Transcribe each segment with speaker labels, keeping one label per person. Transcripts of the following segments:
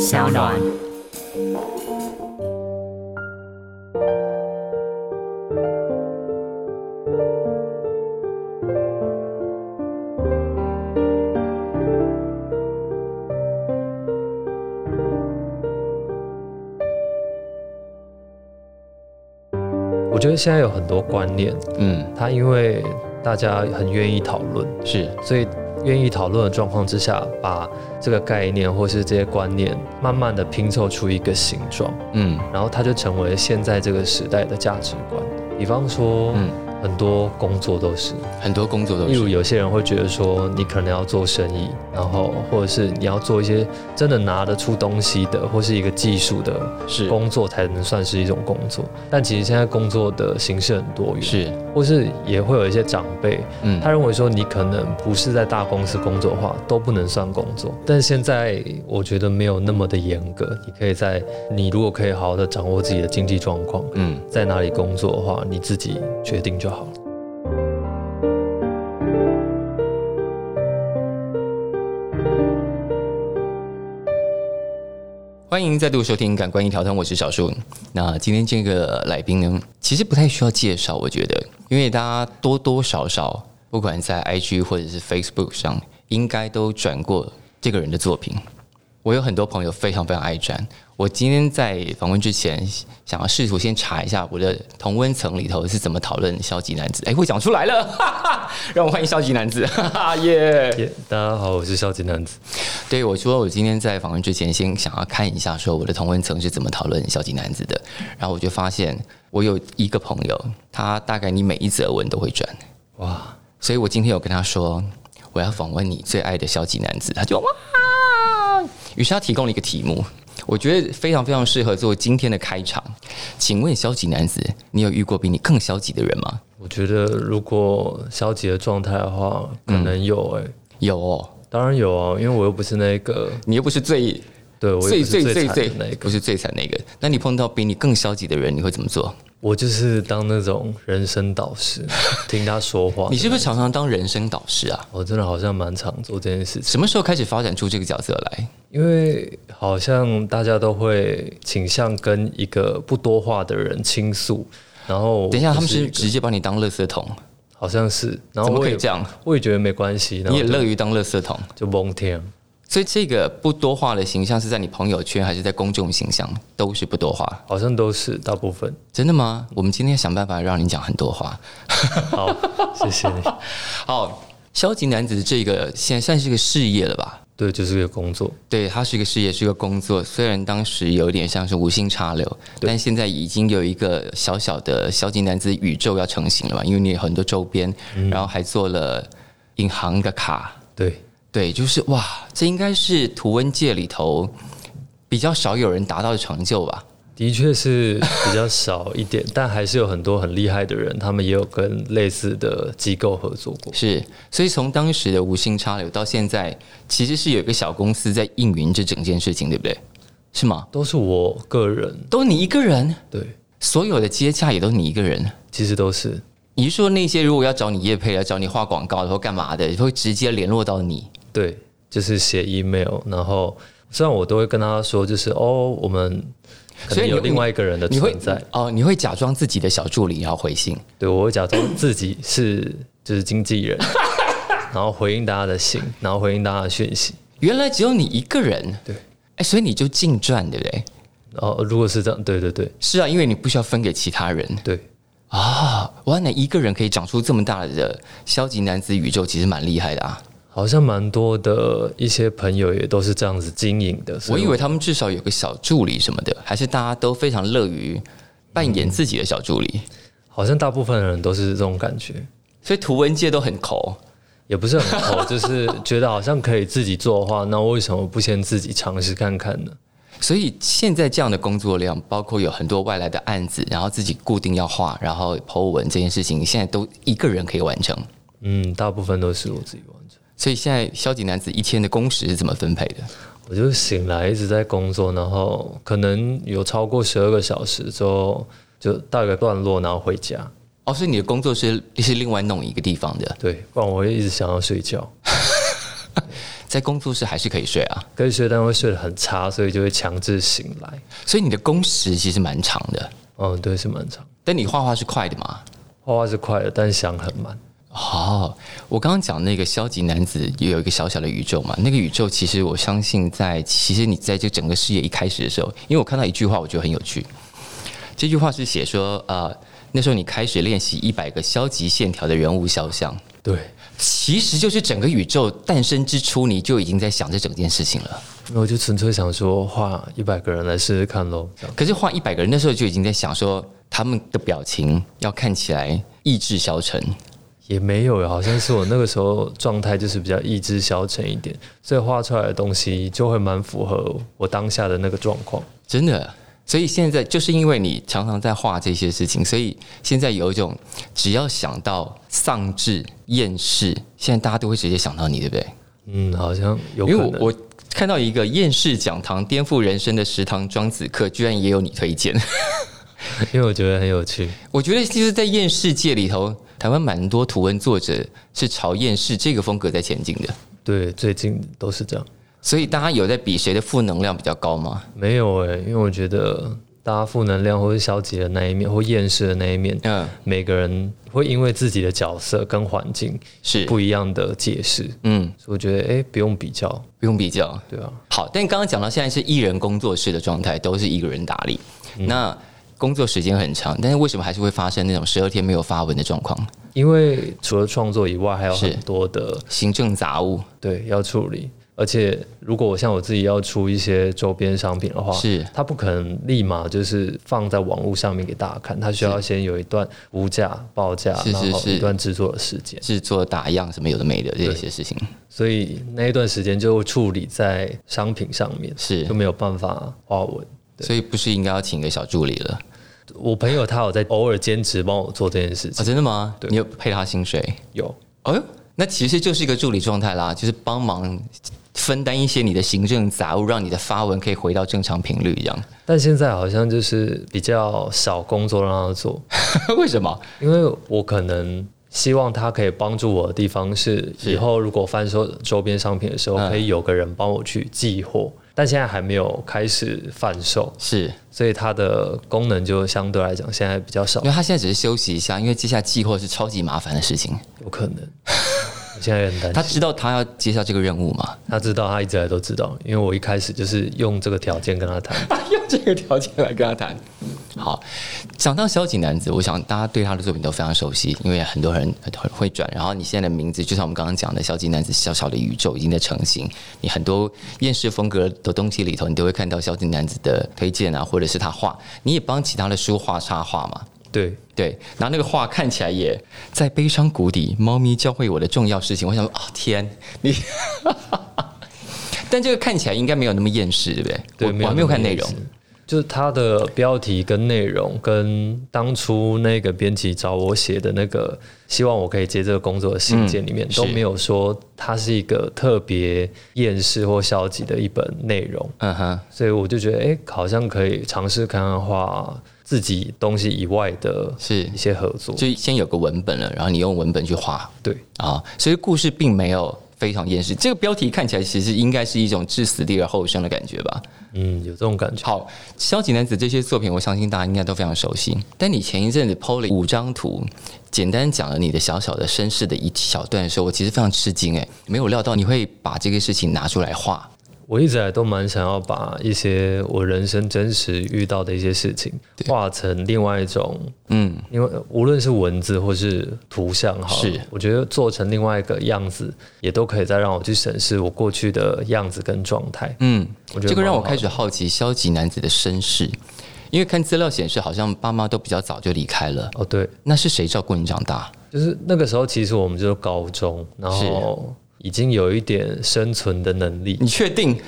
Speaker 1: 小暖。
Speaker 2: 我觉得现在有很多观念，
Speaker 3: 嗯，
Speaker 2: 它因为大家很愿意讨论，
Speaker 3: 是，
Speaker 2: 所以愿意讨论的状况之下，把这个概念或是这些观念，慢慢的拼凑出一个形状，
Speaker 3: 嗯
Speaker 2: 然后它就成为现在这个时代的价值观。比方说，
Speaker 3: 嗯，
Speaker 2: 很多工作都是，
Speaker 3: 很多工作都
Speaker 2: 例如
Speaker 3: 是，
Speaker 2: 有些人会觉得说，你可能要做生意，然后或者是你要做一些真的拿得出东西的，或是一个技术的
Speaker 3: 是
Speaker 2: 工作，才能算是一种工作。但其实现在工作的形式很多元，
Speaker 3: 是，
Speaker 2: 或是也会有一些长辈，
Speaker 3: 嗯
Speaker 2: 他认为说你可能不是在大公司工作的话，都不能算工作。但现在我觉得没有那么的严格，你可以在你如果可以好好的掌握自己的经济状况，
Speaker 3: 嗯，
Speaker 2: 在哪里工作的话，你自己决定就好了。
Speaker 3: 欢迎再度收听《感官一条通》，我是小树。那今天这个来宾呢，其实不太需要介绍，我觉得，因为大家多多少少，不管在 IG 或者是 Facebook 上，应该都转过这个人的作品。我有很多朋友非常非常爱转。我今天在访问之前，想要试图先查一下我的同温层里头是怎么讨论消极男子。哎，我讲出来了，哈哈让我欢迎消极男子，哈哈耶！
Speaker 2: 耶、大家好，我是消极男子。
Speaker 3: 对，我说我今天在访问之前，先想要看一下，说我的同温层是怎么讨论消极男子的。然后我就发现，我有一个朋友，他大概你每一则文都会转，
Speaker 2: 哇，
Speaker 3: 所以我今天有跟他说，我要访问你最爱的消极男子，他就哇，于是他提供了一个题目，我觉得非常非常适合做今天的开场。请问消极男子，你有遇过比你更消极的人吗？
Speaker 2: 我觉得如果消极的状态的话，可能有诶、
Speaker 3: 有、哦，
Speaker 2: 当然有啊，因为我又不是那个，
Speaker 3: 你又不是最
Speaker 2: 对我
Speaker 3: 最
Speaker 2: 又不是
Speaker 3: 最
Speaker 2: 最
Speaker 3: 最
Speaker 2: 惨
Speaker 3: 最
Speaker 2: 的那个
Speaker 3: 不，是最惨那个。那你碰到比你更消极的人，你会怎么做？
Speaker 2: 我就是当那种人生导 师，听他说话。
Speaker 3: 哦你是不是常常当人生导师啊？
Speaker 2: 我真的好像蛮常做这件事情，
Speaker 3: 什么时候开始发展出这个角色来？
Speaker 2: 因为好像大家都会倾向跟一个不多话的人倾诉，然后
Speaker 3: 等一下，他们
Speaker 2: 就是
Speaker 3: 直接把你当垃圾桶，
Speaker 2: 好像是，然后
Speaker 3: 怎么
Speaker 2: 我
Speaker 3: 可以
Speaker 2: 也
Speaker 3: 这样？
Speaker 2: 我也觉得没关系，然
Speaker 3: 你
Speaker 2: 后
Speaker 3: 也
Speaker 2: 就
Speaker 3: 乐于当垃圾桶？
Speaker 2: 就蒙天，
Speaker 3: 所以这个不多话的形象是在你朋友圈还是在公众形象都是不多话？
Speaker 2: 好像都是大部分。
Speaker 3: 真的吗？我们今天想办法让你讲很多话。
Speaker 2: 好，谢谢你。
Speaker 3: 好，消极男子这个现在算是个事业了吧？
Speaker 2: 对，就是这个工作，
Speaker 3: 对，它是一个事业，是一个工作。虽然当时有点像是无心插柳，但现在已经有一个小小的消极男子宇宙要成型了嘛？因为你有很多周边，然后还做了银行的卡。
Speaker 2: 对，
Speaker 3: 对，就是哇，这应该是图文界里头比较少有人达到的成就吧？
Speaker 2: 的确是比较少一点，但还是有很多很厉害的人，他们也有跟类似的机构合作过。
Speaker 3: 是，所以从当时的无心插柳到现在，其实是有一个小公司在应云这整件事情，对不对？是吗？
Speaker 2: 都是我个人，
Speaker 3: 都你一个人，
Speaker 2: 对，
Speaker 3: 所有的接洽也都你一个人。
Speaker 2: 其实都是
Speaker 3: 你是说那些如果要找你业配，要啊找你画广告，然后干嘛的，会直接联络到你？
Speaker 2: 对，就是写 email，然后虽然我都会跟他说，就是哦，我们可
Speaker 3: 所
Speaker 2: 能
Speaker 3: 以你
Speaker 2: 有另外一个人的
Speaker 3: 你会
Speaker 2: 存在，
Speaker 3: 哦，你会假装自己的小助理，然后回信。
Speaker 2: 对我会假装自己是就是经纪 人，然后回应大家的信，然后回应大家的讯息。
Speaker 3: 原来只有你一个人，
Speaker 2: 对，
Speaker 3: 哎，所以你就净赚，对不对？
Speaker 2: 哦，如果是这样，对对对
Speaker 3: 是啊，因为你不需要分给其他人
Speaker 2: 对，
Speaker 3: 啊。哇，那一个人可以长出这么大的消极男子宇宙，其实蛮厉害的啊。
Speaker 2: 好像蛮多的一些朋友也都是这样子经营的。所
Speaker 3: 我以为他们至少有个小助理什么的，还是大家都非常乐于扮演自己的小助理，
Speaker 2: 好像大部分人都是这种感觉。
Speaker 3: 所以图文界都很抠。
Speaker 2: 也不是很 抠，就是觉得好像可以自己做的话，那为什么不先自己尝试看看呢？
Speaker 3: 所以现在这样的工作量，包括有很多外来的案子，然后自己固定要画，然后 Po 文这件事情，现在都一个人可以完成。
Speaker 2: 嗯，大部分都是我自己完成。
Speaker 3: 所以现在消极男子一天的工时是怎么分配的？
Speaker 2: 我就醒来一直在工作，然后可能有超过十二个小时之后，就到一个段落，然后回家。
Speaker 3: 哦，所以你的工作是是另外弄一个地方的，
Speaker 2: 对，不然我会一直想要睡觉。
Speaker 3: 在工作室还是可以睡啊。
Speaker 2: 可是睡单位睡得很差，所以就会强制醒来。
Speaker 3: 所以你的工时其实蛮长的，
Speaker 2: 嗯，对，是蛮长。
Speaker 3: 但你画画是快的嘛？
Speaker 2: 画画是快的，但想很慢。
Speaker 3: 哦，我刚刚讲那个消极男子也有一个小小的宇宙嘛，那个宇宙其实我相信在，其实你在这整个事业一开始的时候，因为我看到一句话，我觉得很有趣。这句话是写说，呃，那时候你开始练习一百个消极线条的人物肖像，
Speaker 2: 对，
Speaker 3: 其实就是整个宇宙诞生之初，你就已经在想这整件事情了。
Speaker 2: 我就纯粹想说画一百个人来试试看喽，这样。
Speaker 3: 可是画一百个人，那时候就已经在想说，他们的表情要看起来意志消沉。
Speaker 2: 也没有耶，好像是我那个时候状态就是比较意志消沉一点，所以画出来的东西就会蛮符合我当下的那个状况。
Speaker 3: 真的。所以现在就是因为你常常在画这些事情，所以现在有一种只要想到丧志、厌世，现在大家都会直接想到你，对不对？
Speaker 2: 嗯，好像有可
Speaker 3: 因为
Speaker 2: 能。
Speaker 3: 我我看到一个厌世讲堂颠覆人生的食堂庄子课，居然也有你推荐。
Speaker 2: 因为我觉得很有趣，
Speaker 3: 我觉得就是在厌世界里头，台湾蛮多图文作者是朝厌世这个风格在前进的。
Speaker 2: 对，最近都是这样。
Speaker 3: 所以大家有在比谁的负能量比较高吗？
Speaker 2: 没有诶，因为我觉得大家负能量或是消极的那一面，或厌世的那一面，
Speaker 3: 嗯，
Speaker 2: 每个人会因为自己的角色跟环境
Speaker 3: 是，
Speaker 2: 不一样的解释，
Speaker 3: 嗯，
Speaker 2: 所以我觉得诶，不用比较，
Speaker 3: 不用比较。
Speaker 2: 对啊，
Speaker 3: 好，但刚刚讲到现在是艺人工作室的状态，都是一个人打理。那工作时间很长，但是为什么还是会发生那种十二天没有发文的状况？
Speaker 2: 因为除了创作以外，还有
Speaker 3: 是
Speaker 2: 很多的
Speaker 3: 行政杂务
Speaker 2: 对要处理。而且，如果我像我自己要出一些周边商品的话，
Speaker 3: 是
Speaker 2: 它不可能立马就是放在网络上面给大家看，它需要先有一段估价、报价，
Speaker 3: 是是
Speaker 2: 然后
Speaker 3: 是
Speaker 2: 一段制作的时间。
Speaker 3: 制作、打样什么有的没的这些事情，
Speaker 2: 所以那一段时间就处理在商品上面，
Speaker 3: 是
Speaker 2: 就没有办法花纹。
Speaker 3: 所以不是应该要请一个小助理了啊、
Speaker 2: 我朋友他有在偶尔兼职帮我做这件事情，
Speaker 3: 哦真的吗？你有配他薪水？
Speaker 2: 有
Speaker 3: 哎呦，那其实就是一个助理状态啦，就是帮忙分担一些你的行政杂务，让你的发文可以回到正常频率一样。
Speaker 2: 但现在好像就是比较少工作让他做，
Speaker 3: 为什么？
Speaker 2: 因为我可能希望他可以帮助我的地方是，以后如果翻收周边商品的时候，
Speaker 3: 嗯
Speaker 2: 可以有个人帮我去寄货。但现在还没有开始贩售，
Speaker 3: 是
Speaker 2: 所以它的功能就相对来讲现在比较少
Speaker 3: 因，为他现在只是休息一下，因为接下来寄货是超级麻烦的事情。
Speaker 2: 有可能。 我现在也很担心
Speaker 3: 他。知道他要接下这个任务吗？
Speaker 2: 他知道，他一直来都知道，因为我一开始就是用这个条件跟他谈。
Speaker 3: 用这个条件来跟他谈。好，讲到消极男子，我想大家对他的作品都非常熟悉，因为很多人很会转。然后你现在的名字，就像我们刚刚讲的，消极男子小小的宇宙已经在成型。你很多厌世风格的东西里头，你都会看到消极男子的推荐啊，或者是他画，你也帮其他的书画插画嘛。
Speaker 2: 对，
Speaker 3: 对，然后那个画看起来也在悲伤谷底，猫咪教会我的重要事情。我想说，啊、天，你， 但这个看起来应该没有那么厌世，对不对？
Speaker 2: 对
Speaker 3: 我
Speaker 2: 没有
Speaker 3: 我还没有看
Speaker 2: 那么
Speaker 3: 内
Speaker 2: 厌
Speaker 3: 容
Speaker 2: 世，就是他的标题跟内容，跟当初那个编辑找我写的那个希望我可以接这个工作的信件里面、
Speaker 3: 嗯
Speaker 2: 都
Speaker 3: 是
Speaker 2: 没有说它是一个特别厌世或消极的一本内容，
Speaker 3: 嗯哼。
Speaker 2: 所以我就觉得，哎、好像可以尝试看看画自己东西以外的
Speaker 3: 是
Speaker 2: 一些合作。
Speaker 3: 就先有个文本了，然后你用文本去画
Speaker 2: 对，
Speaker 3: 啊，所以故事并没有非常厌世。这个标题看起来其实应该是一种置死地而后生的感觉吧。
Speaker 2: 嗯，有这种感觉。
Speaker 3: 好，消极男子这些作品，我相信大家应该都非常熟悉。但你前一阵子 PO 了五张图，简单讲了你的小小的身世的一小段的时候，我其实非常吃惊哎、没有料到你会把这个事情拿出来画。
Speaker 2: 我一直来都蛮想要把一些我人生真实遇到的一些事情画成另外一种，
Speaker 3: 嗯，
Speaker 2: 因为无论是文字或是图像哈，
Speaker 3: 是
Speaker 2: 我觉得做成另外一个样子，也都可以再让我去审视我过去的样子跟状态。
Speaker 3: 嗯，
Speaker 2: 我觉得
Speaker 3: 这个让我
Speaker 2: 蛮好的
Speaker 3: 开始好奇消极男子的身世，因为看资料显示好像爸妈都比较早就离开了，
Speaker 2: 哦，对，
Speaker 3: 那是谁照顾你长大？
Speaker 2: 就是那个时候其实我们就是高中，然后已经有一点生存的能力
Speaker 3: 你，确定？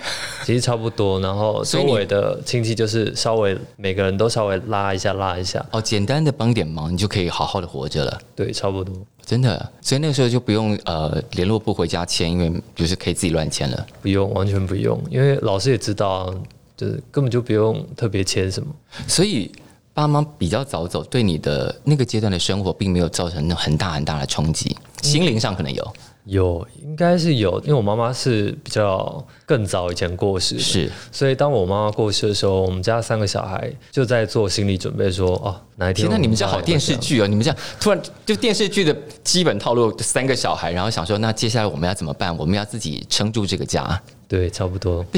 Speaker 2: 其实差不多。然后
Speaker 3: 所以
Speaker 2: 周
Speaker 3: 你
Speaker 2: 围的亲戚就是稍微每个人都稍微拉一下拉一下，
Speaker 3: 哦，简单的帮点忙，你就可以好好的活着了，
Speaker 2: 对，差不多。
Speaker 3: 真的。所以那个时候就不用呃联络部回家签，因为就是可以自己乱签了。
Speaker 2: 不用，完全不用，因为老师也知道啊，就是根本就不用特别签什么。
Speaker 3: 所以爸妈比较早走，嗯对你的那个阶段的生活并没有造成很大很大的冲击，心灵上可能有，
Speaker 2: 有，应该是有，因为我妈妈是比较更早以前过世，
Speaker 3: 是，
Speaker 2: 所以当我妈妈过世的时候，我们家三个小孩就在做心理准备说，哦，哪一天
Speaker 3: 天呐，
Speaker 2: 我
Speaker 3: 你们
Speaker 2: 家
Speaker 3: 这好
Speaker 2: 也会
Speaker 3: 电
Speaker 2: 这
Speaker 3: 视
Speaker 2: 样
Speaker 3: 剧哦！你们这样突然就电视剧的基本套路，三个小孩，然后想说，那接下来我们要怎么办？我们要自己撑住这个家。
Speaker 2: 对，差不多。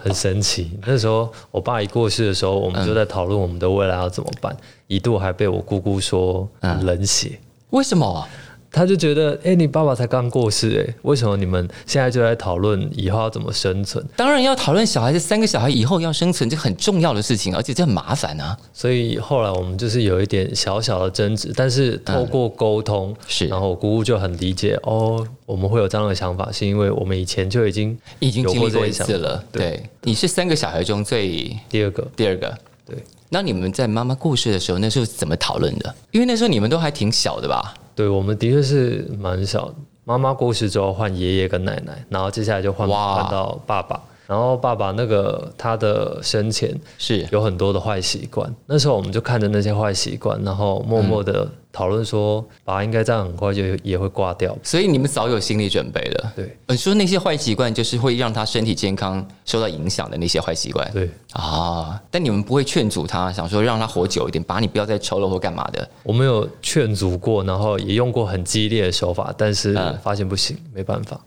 Speaker 2: 很神奇，那时候我爸一过世的时候，我
Speaker 3: 嗯
Speaker 2: 们就在讨论我们的未来要怎么办，一度还被我姑姑说
Speaker 3: 嗯
Speaker 2: 冷血，
Speaker 3: 为什么？啊
Speaker 2: 她就觉得，哎、你爸爸才刚过世、哎，为什么你们现在就在讨论以后要怎么生存？
Speaker 3: 当然要讨论小孩子三个小孩以后要生存，这很重要的事情，而且这很麻烦啊。
Speaker 2: 所以后来我们就是有一点小小的争执，但是透过沟通，
Speaker 3: 是
Speaker 2: 然后我姑姑就很理解，哦，我们会有这样的想法，是因为我们以前就已经
Speaker 3: 已经
Speaker 2: 有
Speaker 3: 经历
Speaker 2: 这
Speaker 3: 过一
Speaker 2: 个想
Speaker 3: 次
Speaker 2: 法
Speaker 3: 了。
Speaker 2: 对，
Speaker 3: 对，你是三个小孩中最
Speaker 2: 第二个，
Speaker 3: 第二个。
Speaker 2: 对
Speaker 3: 那你们在妈妈过世的时候，那时候是怎么讨论的？因为那时候你们都还挺小的吧？
Speaker 2: 对，我们的确是蛮少。妈妈过世之后换爷爷跟奶奶，然后接下来就换
Speaker 3: 哇
Speaker 2: 换到爸爸。然后爸爸那个他的生前
Speaker 3: 是
Speaker 2: 有很多的坏习惯，那时候我们就看着那些坏习惯，然后默默的讨论说，爸应该这样很快就也会挂掉。
Speaker 3: 所以你们早有心理准备了。
Speaker 2: 对
Speaker 3: 你说那些坏习惯，就是会让他身体健康受到影响的那些坏习惯。
Speaker 2: 对，
Speaker 3: 啊，但你们不会劝阻他，想说让他活久一点，把你不要再抽了或干嘛的。
Speaker 2: 我们有劝阻过，然后也用过很激烈的手法，但是
Speaker 3: 嗯
Speaker 2: 发现不行，没办法。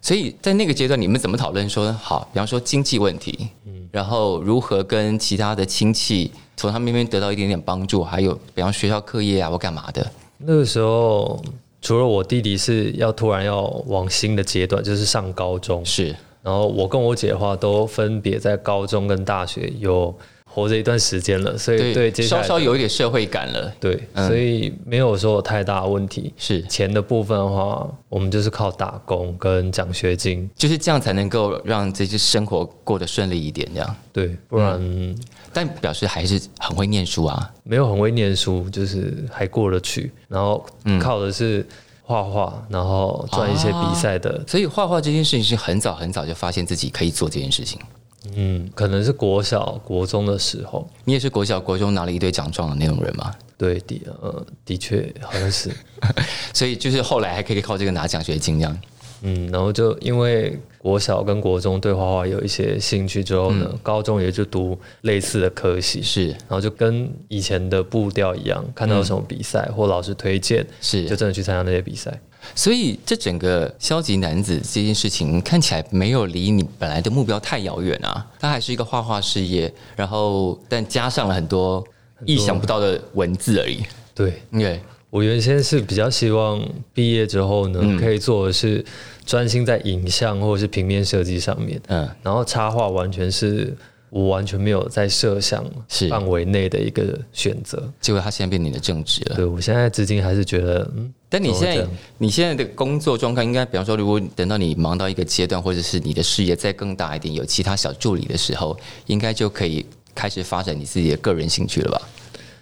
Speaker 3: 所以在那个阶段，你们怎么讨论说好？比方说经济问题，然后如何跟其他的亲戚从他们那边得到一点点帮助，还有比方学校课业啊或干嘛的。
Speaker 2: 那个时候，除了我弟弟是要突然要往新的阶段，就是上高中，
Speaker 3: 是，
Speaker 2: 然后我跟我姐的话，都分别在高中跟大学有活着一段时间了，所以对接下
Speaker 3: 稍
Speaker 2: 来
Speaker 3: 稍嗯有一点社会感了。
Speaker 2: 对，所以没有说有太大的问题。
Speaker 3: 是，
Speaker 2: 钱的部分的话，我们就是靠打工跟奖学金，
Speaker 3: 就是这样才能够让这些生活过得顺利一点，这样。
Speaker 2: 对，不然
Speaker 3: 嗯但表示还是很会念书啊。
Speaker 2: 没有很会念书，就是还过得去。然后靠的是画画，然后赚一些比赛的，
Speaker 3: 所以画画这件事情是很早很早就发现自己可以做这件事情。
Speaker 2: 嗯，可能是国小、国中的时候，
Speaker 3: 你也是国小、国中拿了一堆奖状的那种人嘛，
Speaker 2: 对的，呃，的确好像是。
Speaker 3: 所以就是后来还可以靠这个拿奖学金这样。
Speaker 2: 嗯，然后就因为国小跟国中对画画有一些兴趣之后呢，高中也就读类似的科系，
Speaker 3: 是，
Speaker 2: 然后就跟以前的步调一样，看到有什么比赛、或老师推荐，就是真的去参加那些比赛。
Speaker 3: 所以这整个消极男子这件事情看起来没有离你本来的目标太遥远啊，它还是一个画画事业，然后但加上了很多意想不到的文字而已。
Speaker 2: 对
Speaker 3: 对，
Speaker 2: 我原先是比较希望毕业之后呢，
Speaker 3: 嗯
Speaker 2: 可以做的是专心在影像或者是平面设计上面，
Speaker 3: 嗯，
Speaker 2: 然后插画完全是我完全没有在设想
Speaker 3: 是
Speaker 2: 范围内的一个选择。
Speaker 3: 结果他现在变你的正职了。
Speaker 2: 对我现在至今还是觉得，嗯，
Speaker 3: 但你
Speaker 2: 怎么
Speaker 3: 现
Speaker 2: 会这
Speaker 3: 在
Speaker 2: 样
Speaker 3: 你现在的工作状况，应该比方说，如果等到你忙到一个阶段，或者是你的事业再更大一点，有其他小助理的时候，应该就可以开始发展你自己的个人兴趣了吧？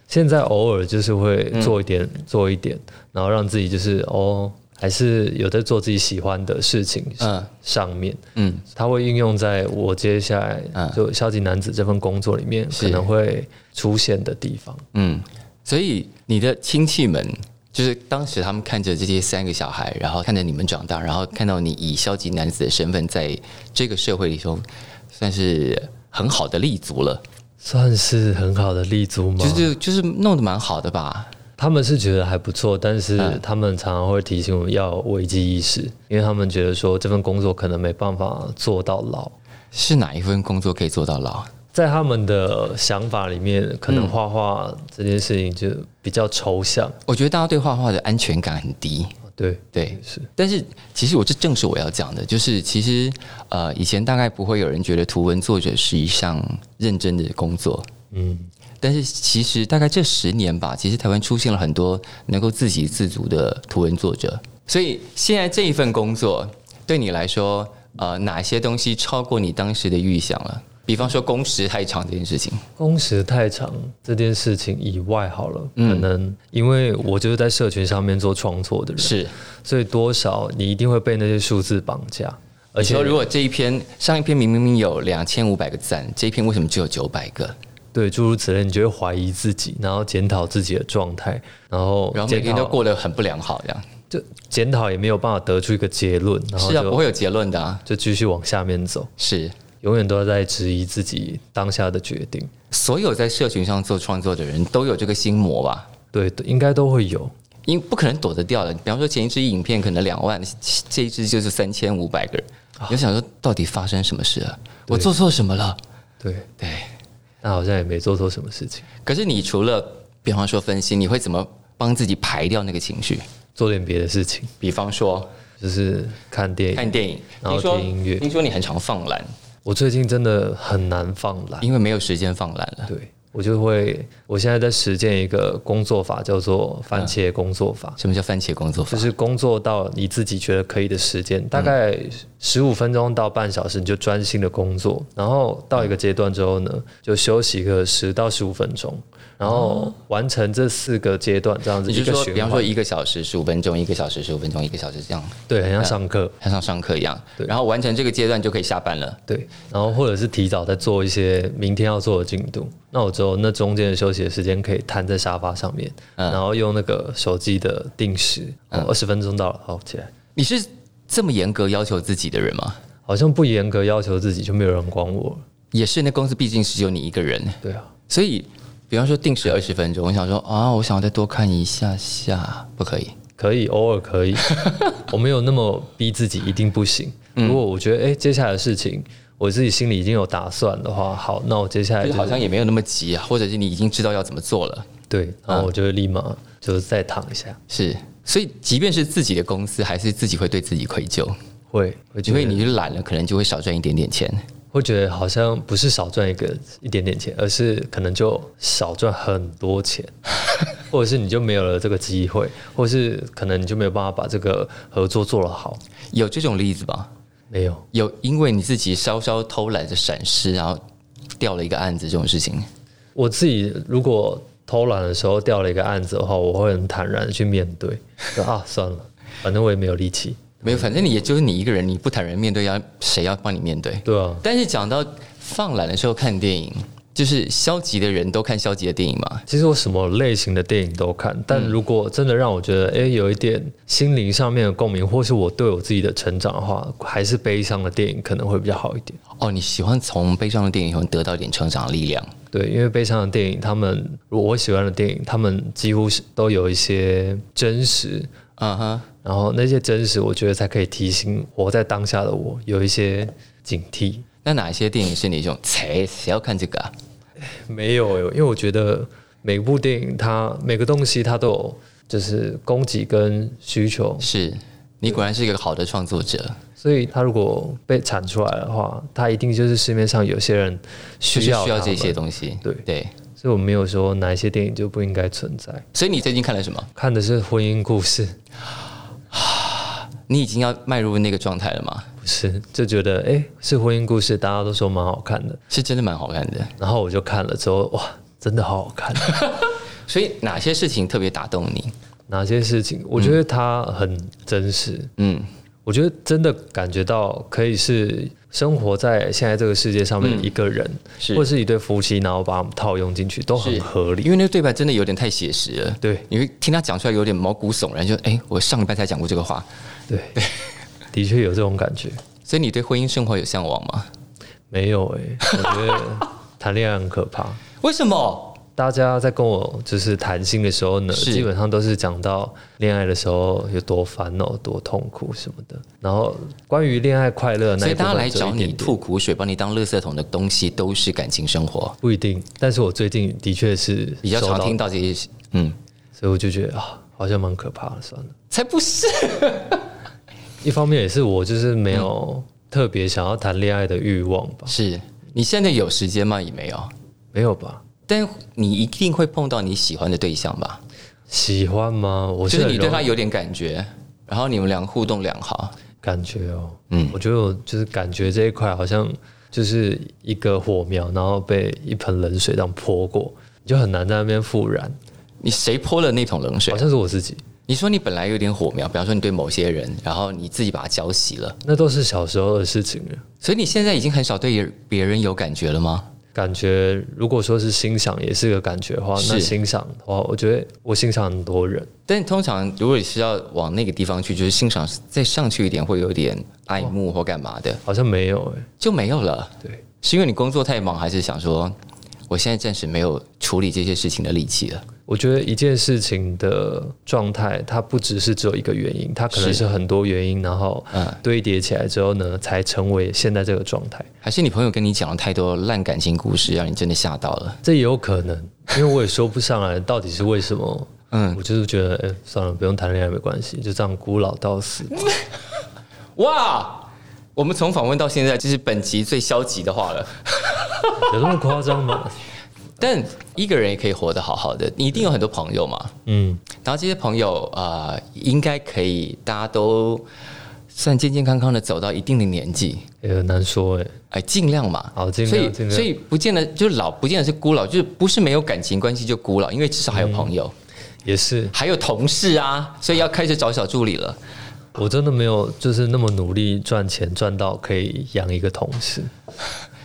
Speaker 2: 现在偶尔就是会做一点、
Speaker 3: 嗯
Speaker 2: 做一点，然后让自己就是哦，还是有在做自己喜欢的事情
Speaker 3: 嗯
Speaker 2: 上面。
Speaker 3: 嗯，
Speaker 2: 它会应用在我接下来
Speaker 3: 嗯
Speaker 2: 就消极男子这份工作里面可能会出现的地方。
Speaker 3: 嗯，所以你的亲戚们，就是当时他们看着这些三个小孩，然后看着你们长大，然后看到你以消极男子的身份在这个社会里头，算是很好的立足了，
Speaker 2: 算是很好的立足吗？
Speaker 3: 就是就是弄得蛮好的吧？
Speaker 2: 他们是觉得还不错，但是
Speaker 3: 嗯
Speaker 2: 他们常常会提醒我们要有危机意识，因为他们觉得说这份工作可能没办法做到老。
Speaker 3: 是哪一份工作可以做到老？
Speaker 2: 在他们的想法里面，可能画画这件事情就比较抽象，
Speaker 3: 我觉得大家对画画的安全感很低，
Speaker 2: 对，
Speaker 3: 对。
Speaker 2: 是
Speaker 3: 但是其实我这正是我要讲的，就是其实呃，以前大概不会有人觉得图文作者是一项认真的工作，
Speaker 2: 嗯，
Speaker 3: 但是其实大概这十年吧，其实台湾出现了很多能够自给自足的图文作者，所以现在这一份工作对你来说，呃，哪些东西超过你当时的预想了？比方说工时太长这件事情，
Speaker 2: 工时太长这件事情以外，好了，
Speaker 3: 嗯
Speaker 2: 可能因为我就是在社群上面做创作的人，
Speaker 3: 是
Speaker 2: 所以多少你一定会被那些数字绑架，而
Speaker 3: 而
Speaker 2: 且
Speaker 3: 且如果这一篇上一篇明明有两千五百个赞，这一篇为什么只有九百个？
Speaker 2: 对诸如此类，你就会怀疑自己，然后检讨自己的状态，然后
Speaker 3: 然后每
Speaker 2: 检
Speaker 3: 天
Speaker 2: 讨
Speaker 3: 都过得很不良好，这样
Speaker 2: 就检讨也没有办法得出一个结论，然后
Speaker 3: 是啊，不
Speaker 2: 就
Speaker 3: 会有结论的、啊，
Speaker 2: 就继续往下面走，
Speaker 3: 是。
Speaker 2: 永远都在质疑自己当下的决定。
Speaker 3: 所有在社群上做创作的人都有这个心魔吧？
Speaker 2: 对，应该都会有。
Speaker 3: 因为不可能躲得掉的。比方说前一支影片可能两万，这一支就是三千五百个人，
Speaker 2: 啊
Speaker 3: 你就想说到底发生什么事了？我做错什么了？
Speaker 2: 对，
Speaker 3: 对。
Speaker 2: 但好像也没做错什么事情，
Speaker 3: 可是你除了比方说分析，你会怎么帮自己排掉那个情绪？
Speaker 2: 做点别的事情，
Speaker 3: 比方说
Speaker 2: 就是看电影。
Speaker 3: 看电影，
Speaker 2: 然后
Speaker 3: 听说
Speaker 2: 听音乐
Speaker 3: 听说你很常放懒，
Speaker 2: 我最近真的很难放懒，
Speaker 3: 因为没有时间放懒了。
Speaker 2: 对我就会，我现在在实践一个工作法，叫做番茄工作法。
Speaker 3: 什么叫番茄工作法
Speaker 2: 就？是工作到你自己觉得可以的时间，大概
Speaker 3: 嗯
Speaker 2: 十五分钟到半小时，你就专心的工作。然后到一个阶段之后
Speaker 3: 嗯
Speaker 2: 呢，就休息个十到十五分钟，然后完成这四个阶段，这样子
Speaker 3: 你
Speaker 2: 一
Speaker 3: 是
Speaker 2: 个
Speaker 3: 说，
Speaker 2: 循
Speaker 3: 比方说
Speaker 2: 环。
Speaker 3: 一个小时十五分钟，一个小时十五分钟，一个小时这样，
Speaker 2: 对，很像上课。
Speaker 3: 像上上课一样，
Speaker 2: 对
Speaker 3: 然后完成这个阶段就可以下班了。
Speaker 2: 对，然后或者是提早在做一些明天要做的进度，那我之后那中间的休息的时间可以瘫在沙发上面，
Speaker 3: 嗯
Speaker 2: 然后用那个手机的定时，哦二十、20分钟到了，好起来。
Speaker 3: 你是这么严格要求自己的人吗？
Speaker 2: 好像不严格要求自己，就没有人管我了。
Speaker 3: 也是，那公司毕竟是只有你一个人，
Speaker 2: 对啊，
Speaker 3: 所以比方说定时二十分钟，我想说啊，我想再多看一下下，不可以。
Speaker 2: 可以，偶尔 可以，我没有那么逼自己，一定不行。
Speaker 3: 嗯
Speaker 2: 如果我觉得，哎、接下来的事情我自己心里已经有打算的话，好，那我接下来
Speaker 3: 就是
Speaker 2: 就
Speaker 3: 好像也没有那么急啊，或者是你已经知道要怎么做了，
Speaker 2: 对，然后我就会立马就是再躺一下，
Speaker 3: 是。所以即便是自己的公司，还是自己会对自己愧疚，
Speaker 2: 会，我觉
Speaker 3: 因
Speaker 2: 得
Speaker 3: 为你就懒了，可能就会少赚一点点钱。
Speaker 2: 会觉得好像不是少赚一个一点点钱，而是可能就少赚很多钱， 或者是你就没有了这个机会，或者是可能你就没有办法把这个合作做得好，
Speaker 3: 有这种例子吧？
Speaker 2: 没有。
Speaker 3: 有因为你自己稍稍偷懒的闪失，然后掉了一个案子这种事情，
Speaker 2: 我自己如果偷懒的时候掉了一个案子的话，我会很坦然地去面对，就啊算了，反正我也没有力气。
Speaker 3: 没有，反正你也就是你一个人，你不坦然面对，要谁要帮你面对？
Speaker 2: 对啊，
Speaker 3: 但是讲到放懒的时候看电影，就是消极的人都看消极的电影嘛。
Speaker 2: 其实我什么类型的电影都看，但如果真的让我觉得诶有一点心灵上面的共鸣，或是我对我自己的成长的话，还是悲伤的电影可能会比较好一点。
Speaker 3: 哦，你喜欢从悲伤的电影中得到一点成长的力量，
Speaker 2: 对，因为悲伤的电影，他们如果我喜欢的电影，他们几乎是都有一些真实，
Speaker 3: 嗯哼，
Speaker 2: 然后那些真实，我觉得才可以提醒活在当下的我有一些警惕。
Speaker 3: 那哪些电影是你这种？谁谁要看这个啊？
Speaker 2: 没有欸，因为我觉得每部电影它每个东西它都有就是供给跟需求，
Speaker 3: 是你果然是一个好的创作者，
Speaker 2: 所以它如果被产出来的话，它一定就是市面上有些人
Speaker 3: 就
Speaker 2: 需
Speaker 3: 是
Speaker 2: 要
Speaker 3: 需要这
Speaker 2: 它
Speaker 3: 些
Speaker 2: 们，
Speaker 3: 东西。
Speaker 2: 对
Speaker 3: 对，
Speaker 2: 所以我没有说哪一些电影就不应该存在。
Speaker 3: 所以你最近看了什么？
Speaker 2: 看的是婚姻故事，
Speaker 3: 你已经要迈入那个状态了吗？
Speaker 2: 不是就觉得诶是婚姻故事，大家都说蛮好看的，
Speaker 3: 是真的蛮好看的。
Speaker 2: 然后我就看了之后，哇，真的好好看。
Speaker 3: 所以哪些事情特别打动你？
Speaker 2: 哪些事情？我觉得它很真实，
Speaker 3: 嗯，
Speaker 2: 我觉得真的感觉到可以是生活在现在这个世界上面一个人，
Speaker 3: 嗯是
Speaker 2: 或者是一对夫妻，然后把他们套用进去，都很
Speaker 3: 是
Speaker 2: 合理。
Speaker 3: 因为那个对白真的有点太写实了。
Speaker 2: 对
Speaker 3: 你会听他讲出来有点毛骨悚然，就哎、我上礼拜才讲过这个话。
Speaker 2: 对，的确有这种感觉。
Speaker 3: 所以你对婚姻生活有向往吗？
Speaker 2: 没有哎、我觉得谈恋爱很可怕。
Speaker 3: 为什么？
Speaker 2: 大家在跟我就是谈心的时候呢，
Speaker 3: 是
Speaker 2: 基本上都是讲到恋爱的时候有多烦恼、多痛苦什么的。然后关于恋爱快乐的
Speaker 3: 所
Speaker 2: 那
Speaker 3: 以
Speaker 2: 一部
Speaker 3: 大家来
Speaker 2: 分只有
Speaker 3: 找
Speaker 2: 一点点，
Speaker 3: 你吐苦水、帮你当垃圾桶的东西，都是感情生活。
Speaker 2: 不一定。但是我最近的确是
Speaker 3: 比较
Speaker 2: 收
Speaker 3: 常
Speaker 2: 到
Speaker 3: 听，到这些，嗯，
Speaker 2: 所以我就觉得啊，好像蛮可怕的，算了。
Speaker 3: 才不是。
Speaker 2: 一方面也是我就是没有
Speaker 3: 嗯
Speaker 2: 特别想要谈恋爱的欲望 吧，
Speaker 3: 是你现在有时间吗？也没有，
Speaker 2: 没有吧？
Speaker 3: 但你一定会碰到你喜欢的对象吧？
Speaker 2: 喜欢吗？我
Speaker 3: 就是
Speaker 2: 很
Speaker 3: 你对
Speaker 2: 容
Speaker 3: 他有点感觉，然后你们俩互动良好，
Speaker 2: 感觉哦，
Speaker 3: 嗯
Speaker 2: 嗯，我觉得我就是感觉这一块好像就是一个火苗，然后被一盆冷水这样泼过，你就很难在那边复燃。
Speaker 3: 你谁泼了那桶冷水
Speaker 2: 好？像是我自己，
Speaker 3: 你说你本来有点火苗，比方说你对某些人，然后你自己把它浇熄了，
Speaker 2: 那都是小时候的事情了。
Speaker 3: 所以你现在已经很少对别人有感觉了吗？
Speaker 2: 感觉如果说是欣赏，也是个感觉的话，那
Speaker 3: 是
Speaker 2: 欣赏的话，我觉得我欣赏很多人，
Speaker 3: 但通常如果你是要往那个地方去，就是欣赏再上去一点，会有点爱慕或干嘛的，
Speaker 2: 好像没有哎、
Speaker 3: 就没有了。
Speaker 2: 对，
Speaker 3: 是因为你工作太忙，还是想说我现在暂时没有处理这些事情的力气了？
Speaker 2: 我觉得一件事情的状态，它不只是只有一个原因，它可能
Speaker 3: 是
Speaker 2: 是很多原因，然后
Speaker 3: 嗯
Speaker 2: 堆叠起来之后呢，才成为现在这个状态。
Speaker 3: 还是你朋友跟你讲了太多烂感情故事，让你真的吓到了？
Speaker 2: 这也有可能，因为我也说不上来到底是为什么。
Speaker 3: 嗯
Speaker 2: 我就是觉得，哎、算了，不用谈恋爱没关系，就这样孤老到死。
Speaker 3: 哇，我们从访问到现在，这是本集最消极的话了。
Speaker 2: 有那么夸张吗？
Speaker 3: 但一个人也可以活得好好的，你一定有很多朋友嘛。
Speaker 2: 嗯，
Speaker 3: 然后这些朋友啊、呃应该可以，大家都算健健康康的走到一定的年纪，
Speaker 2: 也很难说哎、
Speaker 3: 哎，尽量嘛。
Speaker 2: 好哦尽量
Speaker 3: 所以
Speaker 2: 尽量
Speaker 3: 所以不见得就是老，不见得是孤老，就是不是没有感情关系就孤老，因为至少还有朋友，
Speaker 2: 嗯也是，
Speaker 3: 还有同事啊，所以要开始找小助理了。
Speaker 2: 我真的没有就是那么努力赚钱，赚到可以养一个同事，